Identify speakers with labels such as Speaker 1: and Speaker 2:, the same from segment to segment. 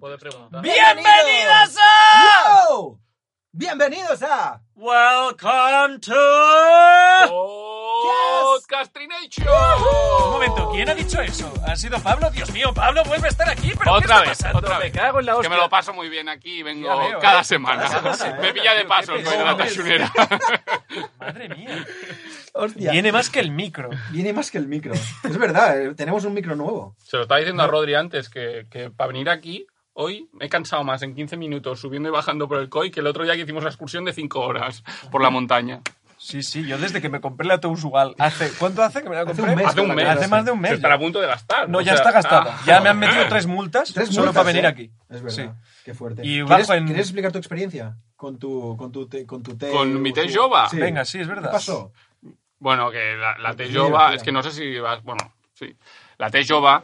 Speaker 1: Puede preguntar.
Speaker 2: ¡Bienvenidos a...
Speaker 3: ¡Wow! Bienvenidos a
Speaker 2: Welcome to...
Speaker 1: ¡Podcastination!
Speaker 2: Un momento, ¿quién ha dicho eso? ¿Ha sido Pablo? Dios mío, Pablo vuelve a estar aquí, pero ¿qué
Speaker 1: Otra
Speaker 2: está
Speaker 1: vez,
Speaker 2: pasando?
Speaker 1: otra
Speaker 2: Me
Speaker 1: vez.
Speaker 2: cago en la
Speaker 1: Que
Speaker 2: hostia.
Speaker 1: me lo paso muy bien aquí y vengo
Speaker 2: Ya veo,
Speaker 1: cada
Speaker 2: ¿eh?
Speaker 1: semana.
Speaker 2: Cada semana,
Speaker 1: me
Speaker 2: ¿eh?
Speaker 1: pilla de
Speaker 2: Tío,
Speaker 1: paso
Speaker 2: qué
Speaker 1: el coño de la
Speaker 2: pesado.
Speaker 1: tachonera.
Speaker 2: Madre mía.
Speaker 3: Hostia.
Speaker 2: Viene más que el micro.
Speaker 3: Viene más que el micro. Es verdad, eh, tenemos un micro nuevo.
Speaker 1: Se lo estaba diciendo a Rodri antes, que, que para venir aquí, hoy me he cansado más en 15 minutos subiendo y bajando por el COI que el otro día que hicimos la excursión de 5 horas por la montaña.
Speaker 2: Sí, sí, yo desde que me compré la Tousugal, hace ¿cuánto hace que me la
Speaker 3: Hace
Speaker 2: compré?
Speaker 3: un mes.
Speaker 1: Hace un mes.
Speaker 2: Hace más de un
Speaker 1: Que
Speaker 2: mes.
Speaker 1: estará
Speaker 2: ya.
Speaker 1: a punto de gastar.
Speaker 2: No,
Speaker 1: o
Speaker 2: ya
Speaker 1: sea,
Speaker 2: está gastada.
Speaker 1: ah,
Speaker 2: Ya me han metido tres multas
Speaker 3: Tres
Speaker 2: solo
Speaker 3: multas,
Speaker 2: para venir
Speaker 3: ¿eh?
Speaker 2: aquí.
Speaker 3: Es verdad.
Speaker 2: Sí.
Speaker 3: Qué fuerte.
Speaker 2: Y
Speaker 3: ¿Quieres,
Speaker 2: bajo en-
Speaker 3: ¿Quieres explicar tu experiencia con tu con tu te- con tu té?
Speaker 1: Con mi té
Speaker 3: Sí.
Speaker 1: jova.
Speaker 2: Venga, sí, es verdad.
Speaker 3: ¿Qué pasó?
Speaker 1: Bueno, que la, la
Speaker 3: Qué
Speaker 1: T Jova,
Speaker 3: divertida.
Speaker 1: es que no sé si vas. Bueno, sí. La T Jova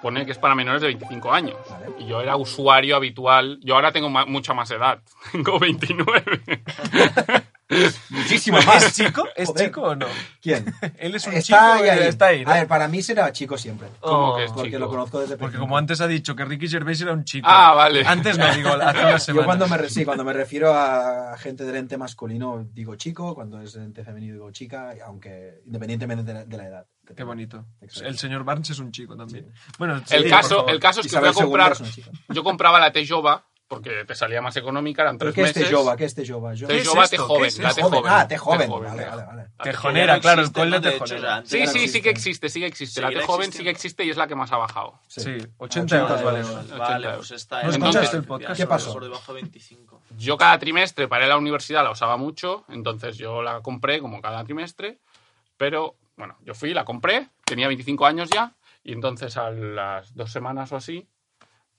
Speaker 1: pone que es para menores de 25 años.
Speaker 3: Vale.
Speaker 1: Y yo era usuario habitual. Yo ahora tengo ma- mucha más edad. Tengo 29.
Speaker 3: Muchísimo
Speaker 2: ¿Es chico? ¿Es
Speaker 3: Joder.
Speaker 2: chico o no?
Speaker 3: ¿Quién?
Speaker 2: Él es un
Speaker 3: Está
Speaker 2: chico,
Speaker 3: ahí, ahí.
Speaker 2: está ahí. ¿no?
Speaker 3: A ver, para mí será chico siempre.
Speaker 1: ¿Cómo
Speaker 2: Oh,
Speaker 1: que es
Speaker 3: Porque
Speaker 1: chico?
Speaker 3: lo conozco desde
Speaker 2: Porque
Speaker 3: pequeño.
Speaker 2: como antes ha dicho que Ricky Gervais era un chico.
Speaker 1: Ah, vale.
Speaker 2: Antes no, digo, hace una semana.
Speaker 3: Yo cuando me, re- sí, cuando me refiero a gente del ente masculino digo chico, cuando es del ente femenino digo chica, aunque independientemente de la, de la edad.
Speaker 2: Qué bonito.
Speaker 3: Exacto.
Speaker 2: El señor Barnes es un chico también. Bueno,
Speaker 1: El
Speaker 2: sí, por
Speaker 1: caso,
Speaker 2: favor.
Speaker 1: el caso es que voy
Speaker 3: Isabel
Speaker 1: a
Speaker 3: II
Speaker 1: comprar.
Speaker 3: es una chica.
Speaker 1: Yo compraba la T Jova porque te salía más económica, eran
Speaker 3: ¿Pero
Speaker 1: tres
Speaker 3: qué es
Speaker 1: meses.
Speaker 3: Tejova? ¿Qué es Tejova? este Yo-
Speaker 2: ¿Qué
Speaker 1: T
Speaker 2: es
Speaker 1: Jova, te
Speaker 2: esto?
Speaker 1: joven,
Speaker 2: ¿Qué es
Speaker 1: la
Speaker 2: esto?
Speaker 1: T
Speaker 3: joven.
Speaker 1: joven.
Speaker 3: Ah, te joven.
Speaker 1: T
Speaker 3: Vale,
Speaker 1: te
Speaker 3: vale, vale.
Speaker 2: Tejonera, claro, el
Speaker 4: con
Speaker 2: cole
Speaker 4: la
Speaker 2: de tejonera.
Speaker 1: Sí,
Speaker 3: Ya no
Speaker 1: sí, sí
Speaker 3: existe.
Speaker 1: que existe, sí que existe. La T
Speaker 4: Seguirá
Speaker 1: joven sí
Speaker 4: existiendo.
Speaker 1: que existe y es la que más ha bajado.
Speaker 2: Sí,
Speaker 3: Sí.
Speaker 2: 80 euros vale.
Speaker 4: Vale,
Speaker 1: 80 euros.
Speaker 4: pues está
Speaker 2: No
Speaker 4: en-
Speaker 1: escuchaste
Speaker 4: por-
Speaker 2: el podcast.
Speaker 3: ¿Qué pasó?
Speaker 4: Por debajo de 25.
Speaker 1: Yo cada trimestre para ir a la universidad la usaba mucho, entonces yo la compré como cada trimestre, pero bueno, yo fui, la compré, tenía 25 años ya, y entonces a las dos semanas o así,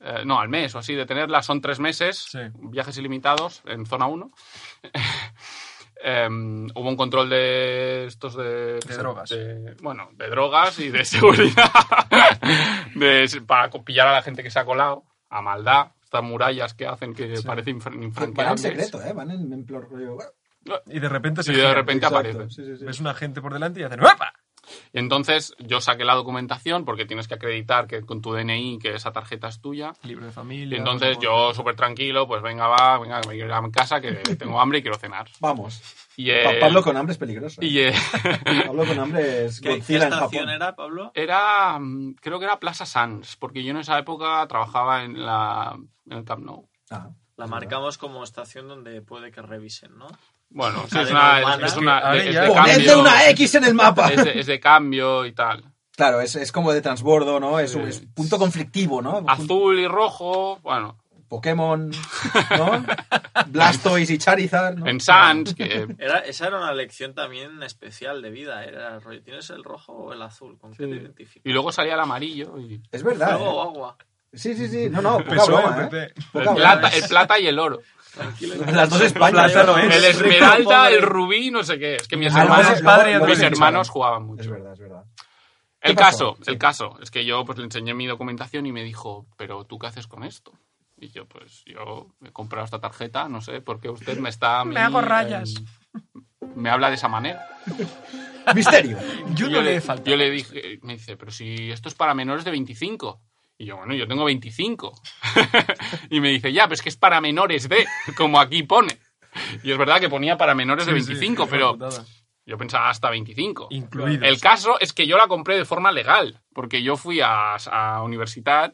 Speaker 1: eh, no, al mes o así de tenerla, son tres meses,
Speaker 2: Sí.
Speaker 1: viajes ilimitados en zona 1. Em, hubo un control de estos de,
Speaker 2: De drogas.
Speaker 1: de- bueno de drogas y de seguridad de- para pillar a la gente que se ha colado a maldad estas murallas que hacen que parecen infran-
Speaker 3: Van en
Speaker 1: infranqueables
Speaker 3: secreto, ¿eh? Van en, en plan rollo...
Speaker 2: Y de repente se
Speaker 1: y de
Speaker 2: gira.
Speaker 1: repente
Speaker 3: Exacto,
Speaker 1: apareces.
Speaker 3: sí, sí, sí.
Speaker 2: Ves una gente por delante y hacen ¡Opa!
Speaker 1: Y entonces yo saqué la documentación porque tienes que acreditar que con tu DNI que esa tarjeta es tuya.
Speaker 2: Libro de
Speaker 1: Y
Speaker 2: familia.
Speaker 1: entonces
Speaker 2: no sé cómo.
Speaker 1: yo súper tranquilo, pues venga, va, venga, me quiero ir a mi casa que tengo hambre y quiero cenar.
Speaker 3: Vamos.
Speaker 1: Y,
Speaker 3: Pa-
Speaker 1: eh,
Speaker 3: Pablo con hambre es peligroso. ¿eh?
Speaker 1: y eh,
Speaker 3: Pablo con hambre es
Speaker 4: ¿Qué, qué
Speaker 3: Godzilla en Japón.
Speaker 4: estación era, Pablo?
Speaker 1: era, mm, creo que era Plaza Sans, porque yo en esa época trabajaba en, la, en el Camp Nou.
Speaker 3: Ah,
Speaker 4: La
Speaker 3: es
Speaker 4: marcamos como estación donde puede que revisen, ¿no?
Speaker 1: Bueno, o sea,
Speaker 4: La
Speaker 1: es
Speaker 4: de
Speaker 1: una,
Speaker 4: Galvana.
Speaker 1: es, una-
Speaker 2: Ahí
Speaker 1: es de
Speaker 2: ya.
Speaker 3: verdad. ¡Ponedle
Speaker 1: cambio,
Speaker 3: una X en el mapa!
Speaker 1: es de- es de cambio y tal.
Speaker 3: Claro, es, es como de transbordo, ¿no? Es, un-
Speaker 1: Sí. Ah.
Speaker 3: es punto conflictivo, ¿no?
Speaker 1: Azul y rojo, bueno,
Speaker 3: Pokémon, ¿no? Blastoise y Charizard, ¿no?
Speaker 1: en Sans, que
Speaker 4: Era, esa era una lección también especial de vida. Era rollo, ¿Tienes el rojo o el azul? ¿Con qué te identificas?
Speaker 1: Y luego salía el amarillo. Y...
Speaker 3: Es verdad.
Speaker 4: Fuego o
Speaker 3: ¿eh?
Speaker 4: agua.
Speaker 3: Sí, sí, sí. No, no, poca
Speaker 2: PSOE,
Speaker 3: broma, ¿eh?
Speaker 2: PP.
Speaker 3: Poca
Speaker 1: El,
Speaker 3: broma.
Speaker 1: plata, el plata y el oro.
Speaker 4: Tranquilo.
Speaker 3: Las dos Españas.
Speaker 2: Plata no
Speaker 1: El
Speaker 2: es.
Speaker 1: esmeralda, el rubí, no sé qué. Es que mis
Speaker 3: Ah, luego-
Speaker 1: hermanos,
Speaker 2: es padre y
Speaker 3: luego-
Speaker 1: mis
Speaker 2: luego-
Speaker 1: hermanos jugaban
Speaker 3: Es
Speaker 1: mucho.
Speaker 3: verdad, es verdad.
Speaker 1: El
Speaker 3: ¿Qué pasó?
Speaker 1: caso,
Speaker 3: Sí.
Speaker 1: el caso. Es que yo pues, le enseñé mi documentación y me dijo, pero ¿tú qué haces con esto? Y yo, pues yo he comprado esta tarjeta, no sé por qué usted me está... a
Speaker 2: Me
Speaker 1: mí,
Speaker 2: hago
Speaker 1: eh,
Speaker 2: rayas.
Speaker 1: me habla de esa manera.
Speaker 3: Misterio.
Speaker 2: Yo
Speaker 1: Y
Speaker 2: no le
Speaker 1: le,
Speaker 2: he faltado.
Speaker 1: yo le dije, eh, me dice, pero si esto es para menores de 25. Y yo, bueno, yo tengo 25. y me dice, ya, pero es que es para menores de, como aquí pone. Y es verdad que ponía para menores de
Speaker 2: Sí, sí,
Speaker 1: 25,
Speaker 2: qué
Speaker 1: pero
Speaker 2: putada.
Speaker 1: yo pensaba hasta 25.
Speaker 2: Incluidos.
Speaker 1: El caso es que yo la compré de forma legal, porque yo fui a, a universidad,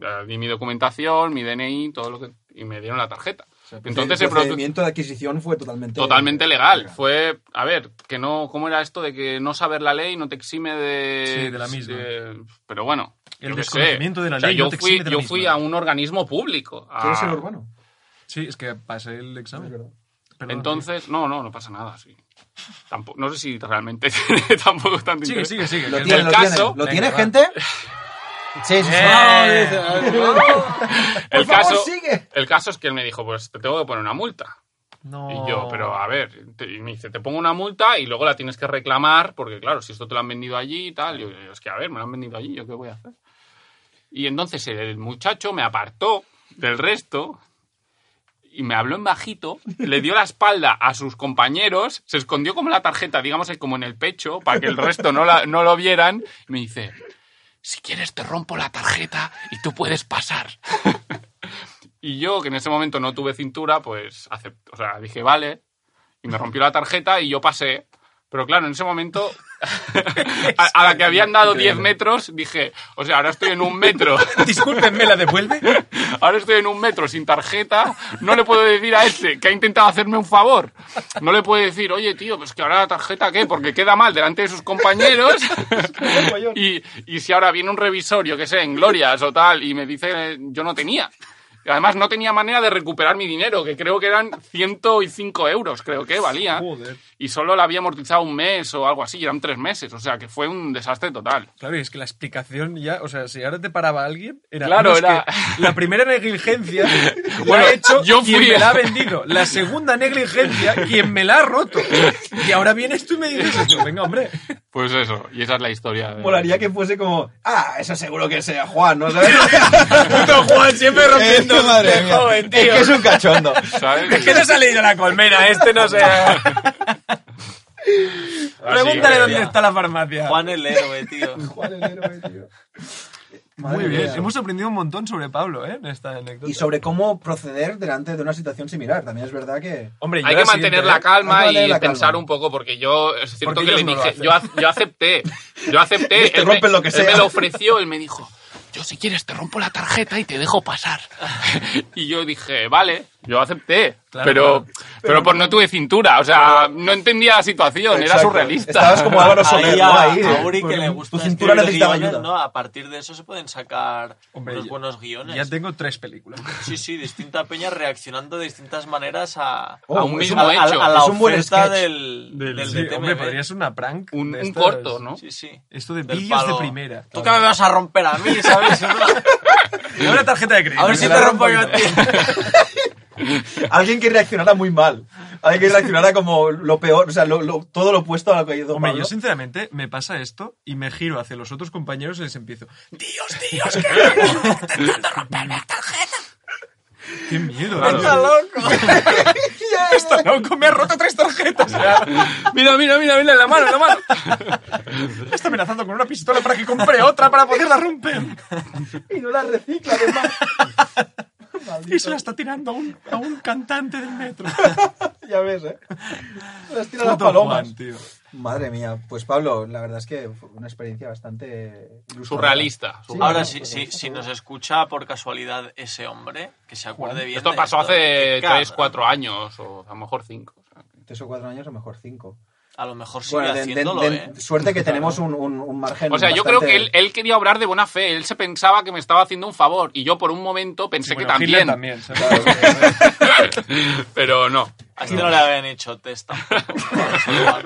Speaker 1: eh, di mi documentación, mi DNI, todo lo que... Y me dieron la tarjeta. Entonces
Speaker 3: el
Speaker 1: se produ-
Speaker 3: procedimiento de adquisición fue totalmente...
Speaker 1: Totalmente legal.
Speaker 3: Venga.
Speaker 1: Fue, a ver, que no, ¿cómo era esto de que no saber la ley no te exime de.
Speaker 2: Sí, de la misma.
Speaker 1: de- pero bueno.
Speaker 2: El
Speaker 1: yo qué
Speaker 2: desconocimiento
Speaker 1: sé.
Speaker 2: de la
Speaker 1: O sea,
Speaker 2: ley
Speaker 1: yo
Speaker 2: no te
Speaker 1: fui,
Speaker 2: exime de la
Speaker 1: Yo
Speaker 2: misma.
Speaker 1: fui a un organismo público. a-
Speaker 3: ¿Quieres ser urbano?
Speaker 2: Sí, es que pasé el
Speaker 3: Es
Speaker 2: examen.
Speaker 3: verdad.
Speaker 2: Perdón,
Speaker 1: Entonces, no, no, no pasa nada, sí. Tampo- no sé si realmente tampoco es tanto
Speaker 2: tío. Sigue,
Speaker 1: interés.
Speaker 2: sigue, sigue.
Speaker 3: Lo
Speaker 2: que-
Speaker 3: tiene,
Speaker 1: el
Speaker 3: lo
Speaker 1: caso-
Speaker 3: tiene. ¿Lo
Speaker 2: Venga,
Speaker 3: tiene,
Speaker 2: va.
Speaker 3: gente? Sí, sí, sí.
Speaker 1: El
Speaker 3: Por favor,
Speaker 1: caso-
Speaker 3: sigue.
Speaker 1: El caso es que él me dijo, pues te tengo que poner una multa.
Speaker 2: No.
Speaker 1: Y yo, pero ah. a ver, te- y me dice, te pongo una multa y luego la tienes que reclamar, porque claro, si esto te lo han vendido allí y tal, yo, yo, es que a ver, me lo han vendido allí, ¿yo qué voy a hacer? Y entonces el muchacho me apartó del resto y me habló en bajito, le dio la espalda a sus compañeros, se escondió como la tarjeta, digamos, como en el pecho, para que el resto no, la- no lo vieran, y me dice, si quieres te rompo la tarjeta y tú puedes pasar. Y yo, que en ese momento no tuve cintura, pues acepto. O sea, dije, vale. Y me rompió la tarjeta y yo pasé. Pero claro, en ese momento, a, a la que habían dado 10 metros, dije, o sea, ahora estoy en un metro.
Speaker 5: Discúlpenme, ¿la devuelve?
Speaker 1: Ahora estoy en un metro sin tarjeta, no le puedo decir a este que ha intentado hacerme un favor. No le puedo decir, oye, tío, pues que ahora la tarjeta qué, porque queda mal delante de sus compañeros. y, y si ahora viene un revisor, yo qué sé, en glorias o tal, y me dice, yo no tenía. Y Además, no tenía manera de recuperar mi dinero, que creo que eran 105 euros, creo que valía.
Speaker 5: Joder.
Speaker 1: Y solo la había amortizado un mes o algo así, y eran tres meses. O sea, que fue un desastre total.
Speaker 5: Claro, y es que la explicación ya, o sea, si ahora te paraba alguien, era,
Speaker 1: Claro,
Speaker 5: no, es
Speaker 1: era-
Speaker 5: que la primera negligencia
Speaker 1: Bueno,
Speaker 5: la ha hecho
Speaker 1: yo
Speaker 5: quien
Speaker 1: fui-
Speaker 5: me la ha vendido, la segunda negligencia quien me la ha roto. Y ahora vienes tú y me dices eso, venga, hombre.
Speaker 1: Pues eso, y esa es la historia. de-
Speaker 3: Molaría que fuese como, ah, eso seguro que sea Juan, ¿no? ¿Sabes?
Speaker 5: Puto Juan, siempre
Speaker 3: es que, madre mía,
Speaker 5: joven,
Speaker 3: es
Speaker 5: tío.
Speaker 3: que es un cachondo.
Speaker 1: ¿sabes?
Speaker 5: Es que no se ha leído la colmena, este no sé. Pregúntale
Speaker 4: sí,
Speaker 5: dónde
Speaker 4: ya.
Speaker 5: está la farmacia.
Speaker 4: Juan el héroe, tío.
Speaker 3: Juan el héroe, tío.
Speaker 5: Muy
Speaker 3: Madre
Speaker 5: bien,
Speaker 3: mía.
Speaker 5: hemos aprendido un montón sobre Pablo, ¿eh? En esta anécdota.
Speaker 3: Y sobre cómo proceder delante de una situación similar. También es verdad que...
Speaker 5: Hombre, yo
Speaker 1: Hay
Speaker 5: la
Speaker 1: que mantener
Speaker 5: siguiente,
Speaker 1: la
Speaker 5: ¿eh?
Speaker 3: Hay que
Speaker 1: calma y
Speaker 3: mantener la calma.
Speaker 1: pensar un poco, porque yo es cierto
Speaker 5: Porque
Speaker 1: que le
Speaker 5: ellos no lo
Speaker 1: dije,
Speaker 5: hacen.
Speaker 1: yo, ac- yo acepté, yo acepté,
Speaker 3: Te
Speaker 1: él, me-
Speaker 3: rompen lo que
Speaker 1: él
Speaker 3: sea.
Speaker 1: me lo ofreció, él me dijo, yo si quieres te rompo la tarjeta y te dejo pasar. y yo dije, vale, yo acepté,
Speaker 5: Claro,
Speaker 1: pero,
Speaker 5: claro.
Speaker 1: pero, pues no tuve cintura, o sea, no entendía la situación, era
Speaker 3: Exacto.
Speaker 1: surrealista.
Speaker 3: Estabas como Álvaro Soler,
Speaker 4: Ahí
Speaker 3: ¿no?
Speaker 4: a,
Speaker 3: Ahí,
Speaker 4: a Uri que
Speaker 3: con-
Speaker 4: le gusta
Speaker 3: Tu cintura
Speaker 4: escribir
Speaker 3: necesitaba
Speaker 4: guiones,
Speaker 3: ayuda.
Speaker 4: ¿no? A partir de eso se pueden sacar
Speaker 5: Hombre,
Speaker 4: unos
Speaker 5: yo-
Speaker 4: buenos guiones.
Speaker 5: Ya tengo tres películas.
Speaker 4: Sí, sí, distinta peña reaccionando de distintas maneras a,
Speaker 3: Oh,
Speaker 1: a un
Speaker 3: es
Speaker 1: mismo
Speaker 4: a- a-
Speaker 1: hecho,
Speaker 4: a la
Speaker 3: es un buen
Speaker 4: oferta
Speaker 3: sketch.
Speaker 4: del, del,
Speaker 5: Sí,
Speaker 4: DTMB.
Speaker 5: hombre, podría ser una prank.
Speaker 1: un,
Speaker 5: de
Speaker 1: un
Speaker 5: estas-
Speaker 1: corto, ¿no?
Speaker 4: Sí, sí.
Speaker 5: Esto de
Speaker 4: Del
Speaker 5: pillos de
Speaker 4: palo.
Speaker 5: primera.
Speaker 4: Tú que me vas a romper a mí, ¿sabes?
Speaker 5: Y una tarjeta de crédito.
Speaker 4: a ver si
Speaker 5: que la
Speaker 4: te rompo yo
Speaker 5: y
Speaker 4: a
Speaker 5: tal.
Speaker 4: ti.
Speaker 3: Alguien que reaccionara muy mal. Alguien que reaccionara como lo peor, o sea, lo- lo- todo lo opuesto a lo que ha ido
Speaker 5: Hombre,
Speaker 3: Pablo.
Speaker 5: yo sinceramente me pasa esto y me giro hacia los otros compañeros y les empiezo. ¡Dios, Dios! ¡Qué miedo!
Speaker 4: Está loco.
Speaker 5: Está loco, me ha roto tres tarjetas.
Speaker 1: Mira, mira, mira, mira, la mano, la mano.
Speaker 5: Me está amenazando con una pistola para que compre otra para poderla romper.
Speaker 3: Y no la recicla, además. Maldito.
Speaker 5: Y se la está tirando a un, a un cantante del metro.
Speaker 3: Ya ves, ¿eh? Las tira las
Speaker 5: Puto
Speaker 3: palomas.
Speaker 5: Juan, tío.
Speaker 3: Madre mía, pues Pablo, la verdad es que fue una experiencia bastante ilustradora.
Speaker 1: Surrealista.
Speaker 3: Sí. pues,
Speaker 4: Ahora, si, si, si nos escucha por casualidad ese hombre, que se acuerde bien.
Speaker 1: Esto
Speaker 4: de
Speaker 1: pasó hace
Speaker 4: Qué cabrón.
Speaker 1: 3, 4 años, o a lo mejor 5.
Speaker 3: Tres o cuatro años, a lo mejor cinco.
Speaker 4: A lo mejor sigue
Speaker 3: Bueno, de- de-
Speaker 4: haciéndolo,
Speaker 3: de-
Speaker 4: ¿eh?
Speaker 3: suerte que tenemos un, un- un margen.
Speaker 1: O sea, yo
Speaker 3: bastante-
Speaker 1: creo que él, él quería obrar de buena fe, él se pensaba que me estaba haciendo un favor y yo por un momento pensé
Speaker 5: Bueno,
Speaker 1: que
Speaker 5: Hitler también
Speaker 1: también,
Speaker 5: ¿sabes?
Speaker 1: pero no.
Speaker 4: A este no le habían hecho test tampoco.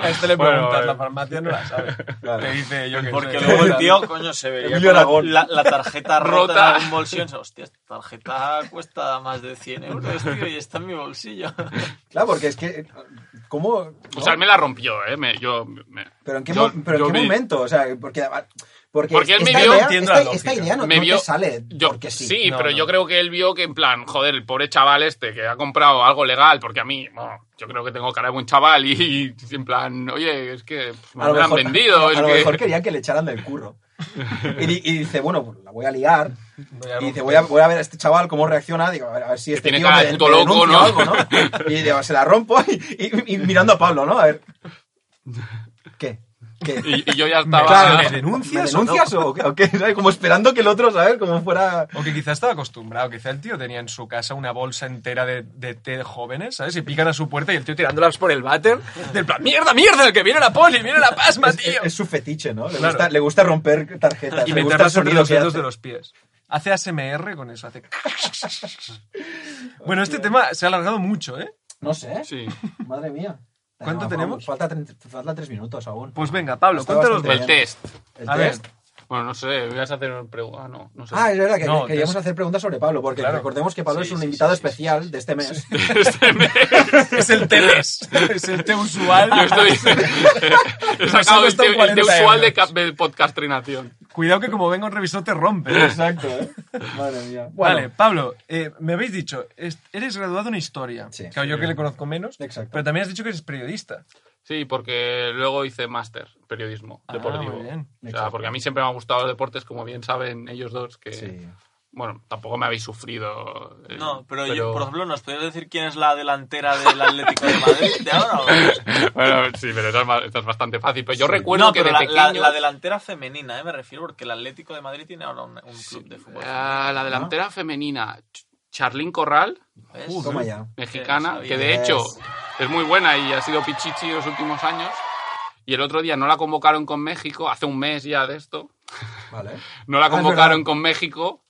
Speaker 5: A este le
Speaker 1: Bueno,
Speaker 5: preguntas,
Speaker 1: bueno.
Speaker 5: la farmacia no la sabe.
Speaker 3: Claro.
Speaker 5: Te dice yo que
Speaker 4: Porque
Speaker 5: sé.
Speaker 4: luego el tío, coño, se veía
Speaker 3: Emilio
Speaker 4: con la,
Speaker 3: Aragón.
Speaker 4: la- la tarjeta rota,
Speaker 1: Rota.
Speaker 4: en algún bolsillo. y dice, Hostia, esta tarjeta cuesta más de 100 euros, tío, y está en mi bolsillo.
Speaker 3: Claro, porque es que. ¿Cómo.?
Speaker 1: O
Speaker 3: no?
Speaker 1: sea, él me la rompió, ¿eh? Me- yo, me-
Speaker 3: Pero en qué,
Speaker 1: yo-
Speaker 3: mo- pero en
Speaker 1: yo
Speaker 3: qué
Speaker 1: vi-
Speaker 3: momento, o sea, porque. además- Porque,
Speaker 1: Porque él me
Speaker 3: esta
Speaker 1: vio-
Speaker 3: idea,
Speaker 5: Entiendo
Speaker 3: esta,
Speaker 5: la
Speaker 3: esta
Speaker 5: lógica.
Speaker 3: idea no,
Speaker 1: me
Speaker 3: no
Speaker 1: vio,
Speaker 3: te sale.
Speaker 1: yo-
Speaker 3: porque sí.
Speaker 1: sí,
Speaker 5: No,
Speaker 1: pero
Speaker 5: no.
Speaker 1: yo creo que él vio que en plan, joder, el pobre chaval este que ha comprado algo legal, porque a mí, bueno, yo creo que tengo cara de buen chaval y, y en plan, oye, es que pues, me
Speaker 3: A lo,
Speaker 1: lo han
Speaker 3: mejor,
Speaker 1: vendido,
Speaker 3: a
Speaker 1: es
Speaker 3: lo
Speaker 1: que...
Speaker 3: mejor quería que le echaran del curro. Y, di- y dice, bueno, pues la voy a liar.
Speaker 5: Voy a
Speaker 3: Y dice,
Speaker 5: romper.
Speaker 3: voy a, voy a ver a este chaval cómo reacciona. Digo, a ver, a ver si este
Speaker 1: tiene
Speaker 3: tío
Speaker 1: cara
Speaker 3: me,
Speaker 1: de
Speaker 3: me
Speaker 1: puto loco,
Speaker 3: denuncia
Speaker 1: ¿no?
Speaker 3: o algo, ¿no? Y digo, se la rompo y, y- y mirando a Pablo, ¿no? A ver. ¿Qué? ¿Qué?
Speaker 1: Y, y yo ya
Speaker 5: Me-
Speaker 1: estaba...
Speaker 5: ¿Me
Speaker 3: ¿Me
Speaker 5: denuncias o no?
Speaker 3: denuncias o, qué- o qué? ¿Sabes? Como esperando que el otro, ¿sabes? Como fuera...
Speaker 5: O que quizás estaba acostumbrado, quizá el tío tenía en su casa una bolsa entera de, de té de jóvenes, ¿sabes? Y pican a su puerta y el tío tirándolas por el váter, del plan, mierda, mierda, que viene la poli, viene la pasma,
Speaker 3: Es,
Speaker 5: tío.
Speaker 3: es su fetiche, ¿no? Le,
Speaker 5: Claro.
Speaker 3: gusta, le gusta romper tarjetas.
Speaker 5: y
Speaker 3: le gusta el
Speaker 5: meterlas sobre
Speaker 3: sonido
Speaker 5: los
Speaker 3: que
Speaker 5: dedos
Speaker 3: hace.
Speaker 5: de los pies. Hace ASMR con eso, hace... bueno, este tema se ha alargado mucho, ¿eh?
Speaker 3: No sé.
Speaker 1: Sí.
Speaker 3: Madre mía.
Speaker 5: ¿Cuánto
Speaker 3: No,
Speaker 5: tenemos?
Speaker 3: Falta, tre- falta tres minutos aún.
Speaker 5: Pues venga, Pablo,
Speaker 3: Está
Speaker 5: cuéntanos
Speaker 3: bastante
Speaker 1: El
Speaker 5: más.
Speaker 3: bien.
Speaker 1: test.
Speaker 3: El
Speaker 5: A ver,
Speaker 3: test.
Speaker 1: Bueno, no sé, voy a hacer un pregu- Ah, no, no sé.
Speaker 3: Ah, es verdad que
Speaker 5: No,
Speaker 3: queríamos
Speaker 5: test.
Speaker 3: hacer preguntas sobre Pablo, porque
Speaker 5: Claro.
Speaker 3: recordemos que Pablo
Speaker 4: Sí,
Speaker 3: es un
Speaker 4: sí,
Speaker 3: invitado
Speaker 4: sí, sí,
Speaker 3: especial de este mes.
Speaker 1: Este me-
Speaker 5: es el té mes, es el té usual.
Speaker 1: Yo estoy. he sacado
Speaker 5: ha
Speaker 1: el,
Speaker 5: costado
Speaker 1: te- el
Speaker 5: 40
Speaker 1: de usual de,
Speaker 5: euros.
Speaker 1: cap- de podcastrinación.
Speaker 5: Cuidado que como venga un revisor te rompe.
Speaker 3: Exacto, ¿eh? Madre mía. Bueno,
Speaker 5: vale, Pablo, eh, me habéis dicho, es- eres graduado en historia.
Speaker 3: Sí.
Speaker 5: claro, yo que le conozco menos.
Speaker 3: Exacto.
Speaker 5: Pero también has dicho que eres periodista.
Speaker 1: Sí, porque luego hice máster, periodismo
Speaker 5: Ah,
Speaker 1: deportivo.
Speaker 5: muy bien.
Speaker 1: O sea,
Speaker 3: Exacto.
Speaker 5: Eh,
Speaker 1: porque a mí siempre me han gustado los deportes, como bien saben ellos dos, que
Speaker 3: Sí.
Speaker 1: Bueno, tampoco me habéis sufrido. eh,
Speaker 4: No, pero, yo, por ejemplo, ¿nos podrías decir quién es la delantera del Atlético de Madrid de ahora? o no?
Speaker 1: bueno, sí, pero esa es, ma- esa es bastante fácil. Pero yo recuerdo
Speaker 4: no,
Speaker 1: que
Speaker 4: pero
Speaker 1: de
Speaker 4: la,
Speaker 1: pequeño.
Speaker 4: la- la delantera femenina, eh, me refiero, porque el Atlético de Madrid tiene ahora un, un club de fútbol.
Speaker 1: Ah, la delantera femenina. Ch- Charlín Corral,
Speaker 4: ¿Ves?
Speaker 3: Toma
Speaker 5: eh.
Speaker 3: ya.
Speaker 1: mexicana,
Speaker 4: Sí,
Speaker 1: que de
Speaker 3: sabía.
Speaker 1: hecho es muy buena y ha sido pichichi los últimos años. Y el otro día no la convocaron con México, hace un mes ya de esto.
Speaker 3: Vale.
Speaker 1: No la
Speaker 3: es
Speaker 1: convocaron
Speaker 3: verdad.
Speaker 1: con México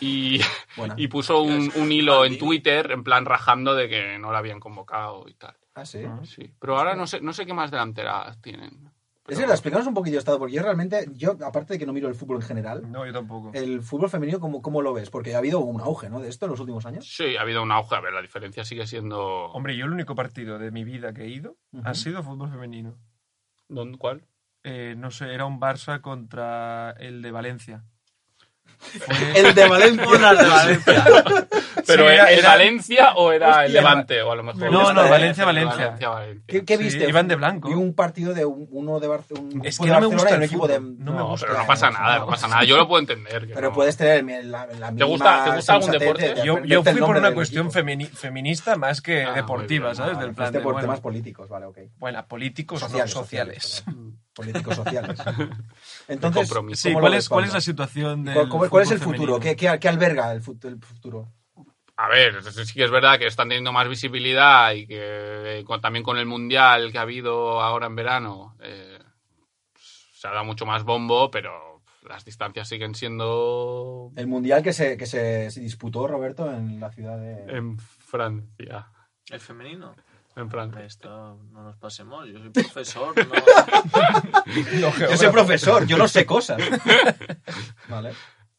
Speaker 1: y,
Speaker 3: Buena.
Speaker 1: y puso un,
Speaker 4: Es
Speaker 1: un hilo en
Speaker 4: Maldini.
Speaker 1: Twitter, en plan rajando de que no la habían convocado y tal.
Speaker 3: Ah, sí.
Speaker 1: Sí. Pero ahora no sé, no sé qué más delanteras tienen.
Speaker 3: Es verdad, explicaros un poquillo, Estado, porque yo realmente, yo, aparte de que no miro el fútbol en general,
Speaker 5: No, yo tampoco.
Speaker 3: el fútbol femenino, ¿cómo, cómo lo ves? Porque ha habido un auge, ¿no? De esto en los últimos años.
Speaker 1: Sí, ha habido un auge. A ver, la diferencia sigue siendo.
Speaker 5: Hombre, yo el único partido de mi vida que he ido
Speaker 3: Ujú.
Speaker 5: ha sido fútbol femenino.
Speaker 1: ¿Dónde- ¿Cuál?
Speaker 5: Eh, no sé, era un Barça contra el de Valencia.
Speaker 3: El de Valencia.
Speaker 4: Unas de Valencia.
Speaker 1: ¿Pero
Speaker 5: Sí,
Speaker 1: era,
Speaker 5: era-
Speaker 1: el
Speaker 5: era-
Speaker 1: Valencia o era el
Speaker 5: Hostia.
Speaker 1: Levante? O a lo mejor.
Speaker 5: No,
Speaker 3: no,
Speaker 5: Valencia,
Speaker 1: Valencia,
Speaker 5: Valencia.
Speaker 1: Valencia.
Speaker 3: ¿Qué, qué
Speaker 5: Sí,
Speaker 3: viste?
Speaker 5: iban de blanco.
Speaker 3: Vi un partido de un- uno de Barcelona.
Speaker 5: Es que no me gusta el
Speaker 3: un equipo de.
Speaker 5: fútbol.
Speaker 1: No,
Speaker 5: No me gusta,
Speaker 1: pero no pasa
Speaker 5: no,
Speaker 1: nada, no
Speaker 5: no.
Speaker 1: pasa nada. Yo lo puedo entender. que
Speaker 3: Pero
Speaker 1: no.
Speaker 3: puedes tener la, la misma.
Speaker 1: ¿Te gusta- te gusta algún
Speaker 3: sensatez
Speaker 1: deporte?
Speaker 3: de- de
Speaker 5: Yo,
Speaker 3: aprenderte
Speaker 5: yo
Speaker 3: el
Speaker 5: fui por
Speaker 3: nombre
Speaker 5: una
Speaker 3: del
Speaker 5: cuestión
Speaker 3: equipo.
Speaker 5: femini- feminista más que
Speaker 1: Ah, muy
Speaker 5: deportiva,
Speaker 1: bien,
Speaker 5: ¿sabes?
Speaker 1: ah,
Speaker 5: Del
Speaker 3: Ah,
Speaker 5: plan
Speaker 3: fuiste
Speaker 5: de,
Speaker 3: por
Speaker 5: bueno,
Speaker 3: temas políticos, vale, ok.
Speaker 5: bueno, políticos no, sociales.
Speaker 3: perdón. Políticos sociales. Entonces,
Speaker 1: compromiso.
Speaker 5: Sí,
Speaker 3: ¿cómo
Speaker 5: ¿cuál
Speaker 3: lo
Speaker 5: es,
Speaker 3: ves,
Speaker 5: ¿cuál
Speaker 3: Pablo?
Speaker 5: es la situación del
Speaker 3: ¿Cuál, cuál- cuál es el
Speaker 5: fútbol
Speaker 3: futuro? ¿Qué,
Speaker 5: femenino?
Speaker 3: qué, qué alberga el, fut- el futuro?
Speaker 1: A ver, sí sí que es verdad que están teniendo más visibilidad y que eh, con- también con el mundial que ha habido ahora en verano eh, se ha dado mucho más bombo, pero las distancias siguen siendo
Speaker 3: El mundial que se, que se, se disputó, Roberto, en la ciudad de.
Speaker 1: en Francia.
Speaker 4: El femenino.
Speaker 1: En
Speaker 3: Pues.
Speaker 1: Francia.
Speaker 4: Esto no nos pasemos. Yo soy profesor. No.
Speaker 3: Yo soy profesor, yo no sé cosas. vale.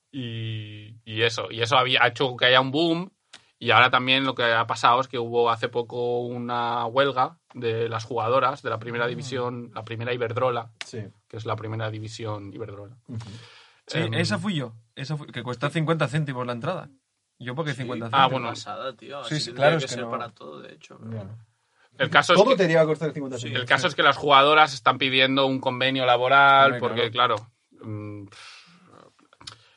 Speaker 1: Y, y eso, y eso había, ha hecho que haya un boom. Y ahora también lo que ha pasado es que hubo hace poco una huelga de las jugadoras de la
Speaker 3: Ah.
Speaker 1: primera división, la primera Iberdrola,
Speaker 3: Sí.
Speaker 1: que es la primera división Iberdrola.
Speaker 3: Ujú.
Speaker 5: Sí,
Speaker 1: Em,
Speaker 5: esa fui yo. Esa fui- que cuesta 50 céntimos la entrada. Yo porque 50
Speaker 1: Ah,
Speaker 5: céntimos.
Speaker 1: bueno.
Speaker 4: Pasada, tío.
Speaker 5: Sí,
Speaker 4: Así
Speaker 5: sí,
Speaker 4: tendría
Speaker 5: claro,
Speaker 4: que
Speaker 5: es que
Speaker 4: ser
Speaker 5: no.
Speaker 4: para todo, de hecho. pero
Speaker 3: Bueno.
Speaker 1: El caso es
Speaker 3: Todo
Speaker 1: que-
Speaker 3: te iba a costar 50
Speaker 4: Sí,
Speaker 1: El
Speaker 3: segundos.
Speaker 1: caso es que las jugadoras están pidiendo un convenio laboral
Speaker 5: Hombre,
Speaker 1: porque, claro, mm,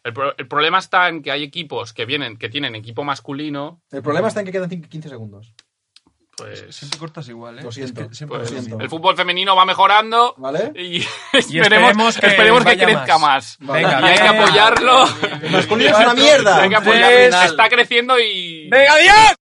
Speaker 1: el, pro- el problema está en que hay equipos que vienen, que tienen equipo masculino,
Speaker 3: El problema está en que quedan 5 15 segundos.
Speaker 1: pues,
Speaker 5: Siempre cortas igual, ¿eh?
Speaker 3: Lo siento,
Speaker 5: Es que siempre
Speaker 1: pues,
Speaker 3: lo siento.
Speaker 1: el fútbol femenino va mejorando
Speaker 3: ¿Vale?
Speaker 1: y,
Speaker 5: esperemos
Speaker 1: esperemos,
Speaker 5: que
Speaker 1: esperemos que,
Speaker 5: vaya
Speaker 1: crezca más.
Speaker 3: Vale.
Speaker 5: Venga,
Speaker 1: Y hay que
Speaker 5: venga. Pues
Speaker 1: apoyarlo.
Speaker 3: El masculino es una mierda.
Speaker 1: Hay que apoyarlo.
Speaker 5: Tres.
Speaker 1: Está creciendo y
Speaker 5: ¡Venga, adiós!